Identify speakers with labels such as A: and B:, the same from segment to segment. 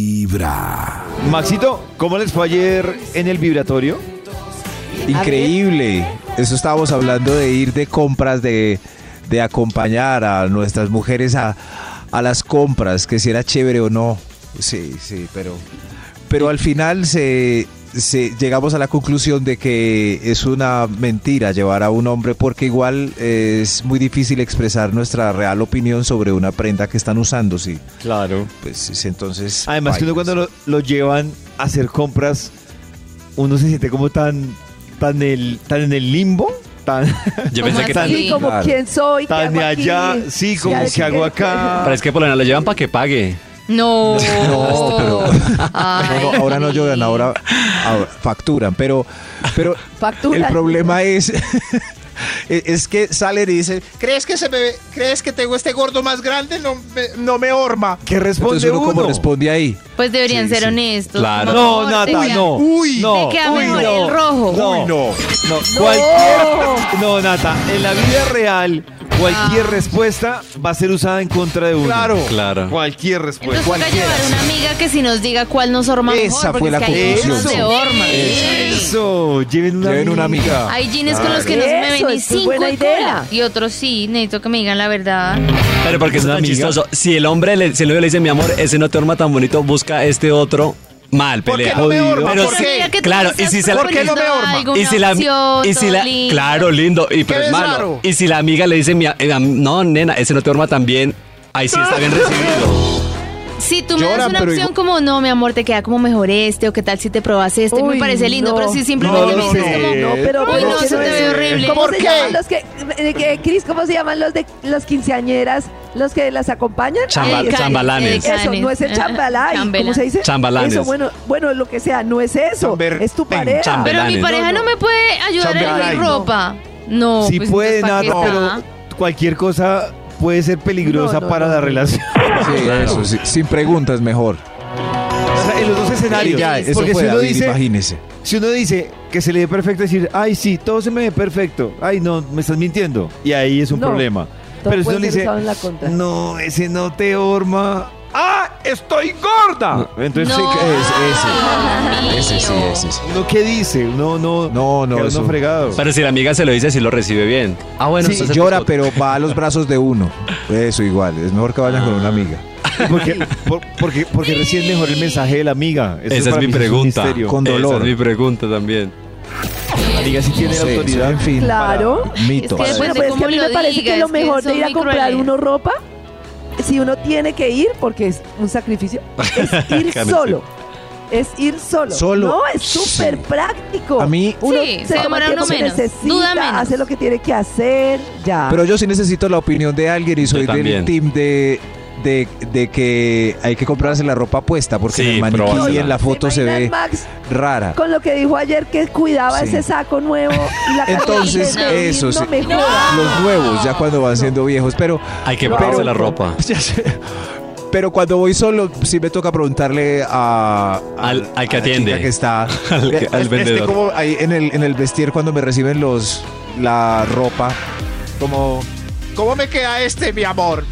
A: vibra.
B: Maxito, ¿cómo les fue ayer en el vibratorio?
C: Increíble. Eso estábamos hablando de ir de compras, de, de acompañar a nuestras mujeres a, a las compras, que si era chévere o no. Sí, sí, pero, pero al final se, se- llegamos a la conclusión de que es una mentira llevar a un hombre porque igual eh, es muy difícil expresar nuestra real opinión sobre una prenda que están usando, sí.
B: Claro.
C: Pues es entonces...
B: Además que uno
C: bailas.
B: cuando lo, lo llevan a hacer compras, uno se siente como tan, tan, el, tan en el limbo, tan,
D: Yo
E: ¿Cómo
D: pensé que
E: así?
D: tan,
E: Sí,
F: Sí, como
C: claro.
F: quién soy, qué
B: tan
F: hago
B: de
F: aquí?
B: allá, sí, como
F: Sí,
B: que hago
F: ¿qué-
B: acá.
D: parece que por la la llevan para que pague.
E: No.
C: No, pero-
E: Ay,
C: No, no, ahora no
E: sí.
C: lloran, ahora, ahora facturan, pero, pero
F: Facturan.
C: el problema es, e-, es que sale y dice, ¿crees que se me, ve- crees que tengo este gordo más grande? No me, no me horma.
B: ¿Qué responde
C: Entonces uno, como
B: uno?
C: responde ahí.
E: Pues deberían
C: Sí,
E: ser
C: sí.
E: honestos.
D: Claro.
E: como,
B: No, Nata,
E: tenía-
B: no.
C: Uy.
B: no.
E: Me queda
B: uy,
E: mejor
B: no.
E: el rojo.
B: No,
C: Uy, no.
B: no, cualquier, no, Nata, en la vida real, cualquier
E: Ah.
B: respuesta va a ser usada en contra de uno.
C: Claro.
D: Claro.
B: Cualquier
E: Nos
D: Pues
B: respuesta.
E: toca llevar una amiga que si nos diga cuál nos horma mejor.
C: Esa
E: porque
C: fue la
E: es que hay unos
C: conclusión.
E: de horma.
B: Eso, lleven una
C: Lleven una amiga.
E: Hay jeans con los que no se me ven
F: Eso,
E: ni
F: es muy
E: cinco
F: buena
E: de cola.
F: idea.
E: Y otros sí, necesito que me digan la verdad.
D: Pero porque es
B: Una
D: tan
B: amiga.
D: chistoso. Si el hombre le, si el novio le dice, mi amor, ese no te horma tan bonito, busca este otro. Mal, pelea.
B: no me horma?
D: Pero
E: Una
D: sí-
E: amiga que tú
D: Claro,
E: estás
D: y si se la.
E: ¿Por qué no me horma? alguna
D: Y si la.
E: opción,
D: y si
E: todo
D: la
E: lindo.
D: Claro, lindo. Y pero es malo. Y si la amiga le dice, mi, a- eh, am- no, nena, ese no te horma tan bien. Ahí sí está bien recibido.
E: Si tú me das
C: Lloran,
E: una
C: pero
E: opción
C: igual-
E: como, no, mi amor, te queda como mejor este, o qué tal si te probas este, me
F: Uy,
E: parece lindo,
F: no.
E: pero si
B: No, no,
E: simplemente me dices
B: no.
E: como,
F: No,
B: Eh,
F: pero
E: Uy, no,
F: ¿por qué
E: se te
F: es?
E: ve horrible.
F: ¿Cómo
E: ¿Por
F: se llaman los que, eh, que- Cris, cómo se llaman los de las quinceañeras, los que las acompañan?
D: Chamba-
F: Ahí está.
D: chambalanes.
F: Eso, no es el chambalay, ¿cómo
E: Chambelán.
F: se dice?
D: Chambalanes.
F: Eso, bueno, bueno, lo que sea, no es eso,
C: Chamber-
F: es tu
C: Pen,
F: pareja.
D: chamber-
E: Pero mi
D: Chambelanes.
E: pareja no me puede ayudar a
C: Chambelán.
E: elegir ropa. No,
B: Si
E: pues,
B: puede,
E: entonces, ¿pa'
B: Nata,
E: qué está?
B: pero cualquier cosa puede ser peligrosa
F: No, no,
B: para
F: no,
B: la
F: no.
B: relación.
C: Ah, Sí, eso, sí, sin preguntas mejor.
B: O sea, en los dos
C: Y
B: escenarios.
C: ya, eso
B: Porque
C: fue,
B: si uno
C: David,
B: dice,
C: imagínese.
B: Si uno dice que se le ve perfecto, decir, ay, sí, todo se me ve perfecto. Ay, no, me estás mintiendo. Y ahí es un
F: No.
B: problema.
F: Todo
B: Pero si
F: puede
B: uno le
F: ser
B: dice,
F: usado en la contra.
B: no, ese no te horma. ¡Ah, estoy gorda! Entonces,
E: No.
B: ¿qué es?
E: Dios
C: Ese, ese sí,
E: mío.
C: ese sí.
B: ¿uno qué dice? Uno no,
C: No, no,
B: queda uno
C: eso-
B: fregado.
D: Pero si la amiga se lo dice, sí lo recibe bien. Ah, bueno,
C: Sí,
D: entonces-
C: llora, pero va a los brazos de uno. Eso igual, es mejor que vayan con una amiga.
B: Porque, por- porque, porque recién mejor el mensaje de la amiga. Eso
D: Esa es
B: para
D: mi
B: mí un
D: pregunta.
B: misterio.
C: Con
D: Esa es
C: dolor.
D: mi pregunta también.
B: La amiga sí tiene
C: No sé,
B: autoridad.
C: en fin.
F: Claro.
C: Mito.
E: Es que pues,
F: Bueno,
E: Depende
F: pero es que
E: cómo
F: a mí
E: lo
F: me parece
E: digas,
F: que lo
E: que
F: mejor
E: son
F: de ir a
E: muy
F: comprar
E: crueles.
F: uno ropa, si uno tiene que ir, porque es un sacrificio, es ir
D: Claro,
F: solo. Es ir solo.
C: Solo.
F: No, es
C: Sí.
F: súper práctico.
C: A mí-
F: uno
E: Sí, se
F: se toma
E: demora
F: el tiempo
E: uno
F: que
E: menos,
F: necesita,
E: duda menos.
F: hace lo que tiene que hacer, ya.
C: Ah. Pero yo sí necesito la opinión de alguien y soy del
D: también.
C: team de, de, de que hay que comprarse la ropa puesta porque
D: Sí,
C: en el maniquí y
D: probársela.
C: en la foto se
F: ¿Te
C: ve
F: imaginas, Max
C: rara.
F: con lo que dijo ayer que cuidaba
C: Sí.
F: ese saco nuevo y la
C: Entonces,
F: cara de
C: eso sí.
F: no me joda.
C: Los nuevos, ya cuando van siendo viejos, pero...
D: Hay que
C: pero-
D: probarse la ropa.
C: Ya sé. Pero cuando voy solo, sí me toca preguntarle a, a-
D: Al- al que
C: a la
D: atiende.
C: chica que está.
D: Al que- al
C: Este,
D: vendedor.
C: como ahí en el, en el vestir cuando me reciben los la ropa. Como...
G: ¿Cómo me queda este, mi amor?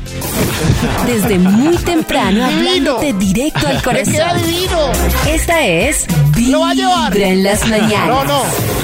H: Desde muy temprano hablándote directo al
G: ¡Me queda
H: corazón.
G: divino!
H: Esta es
G: Lo va a llevar.
H: Vibra en las mañanas.
G: No, no,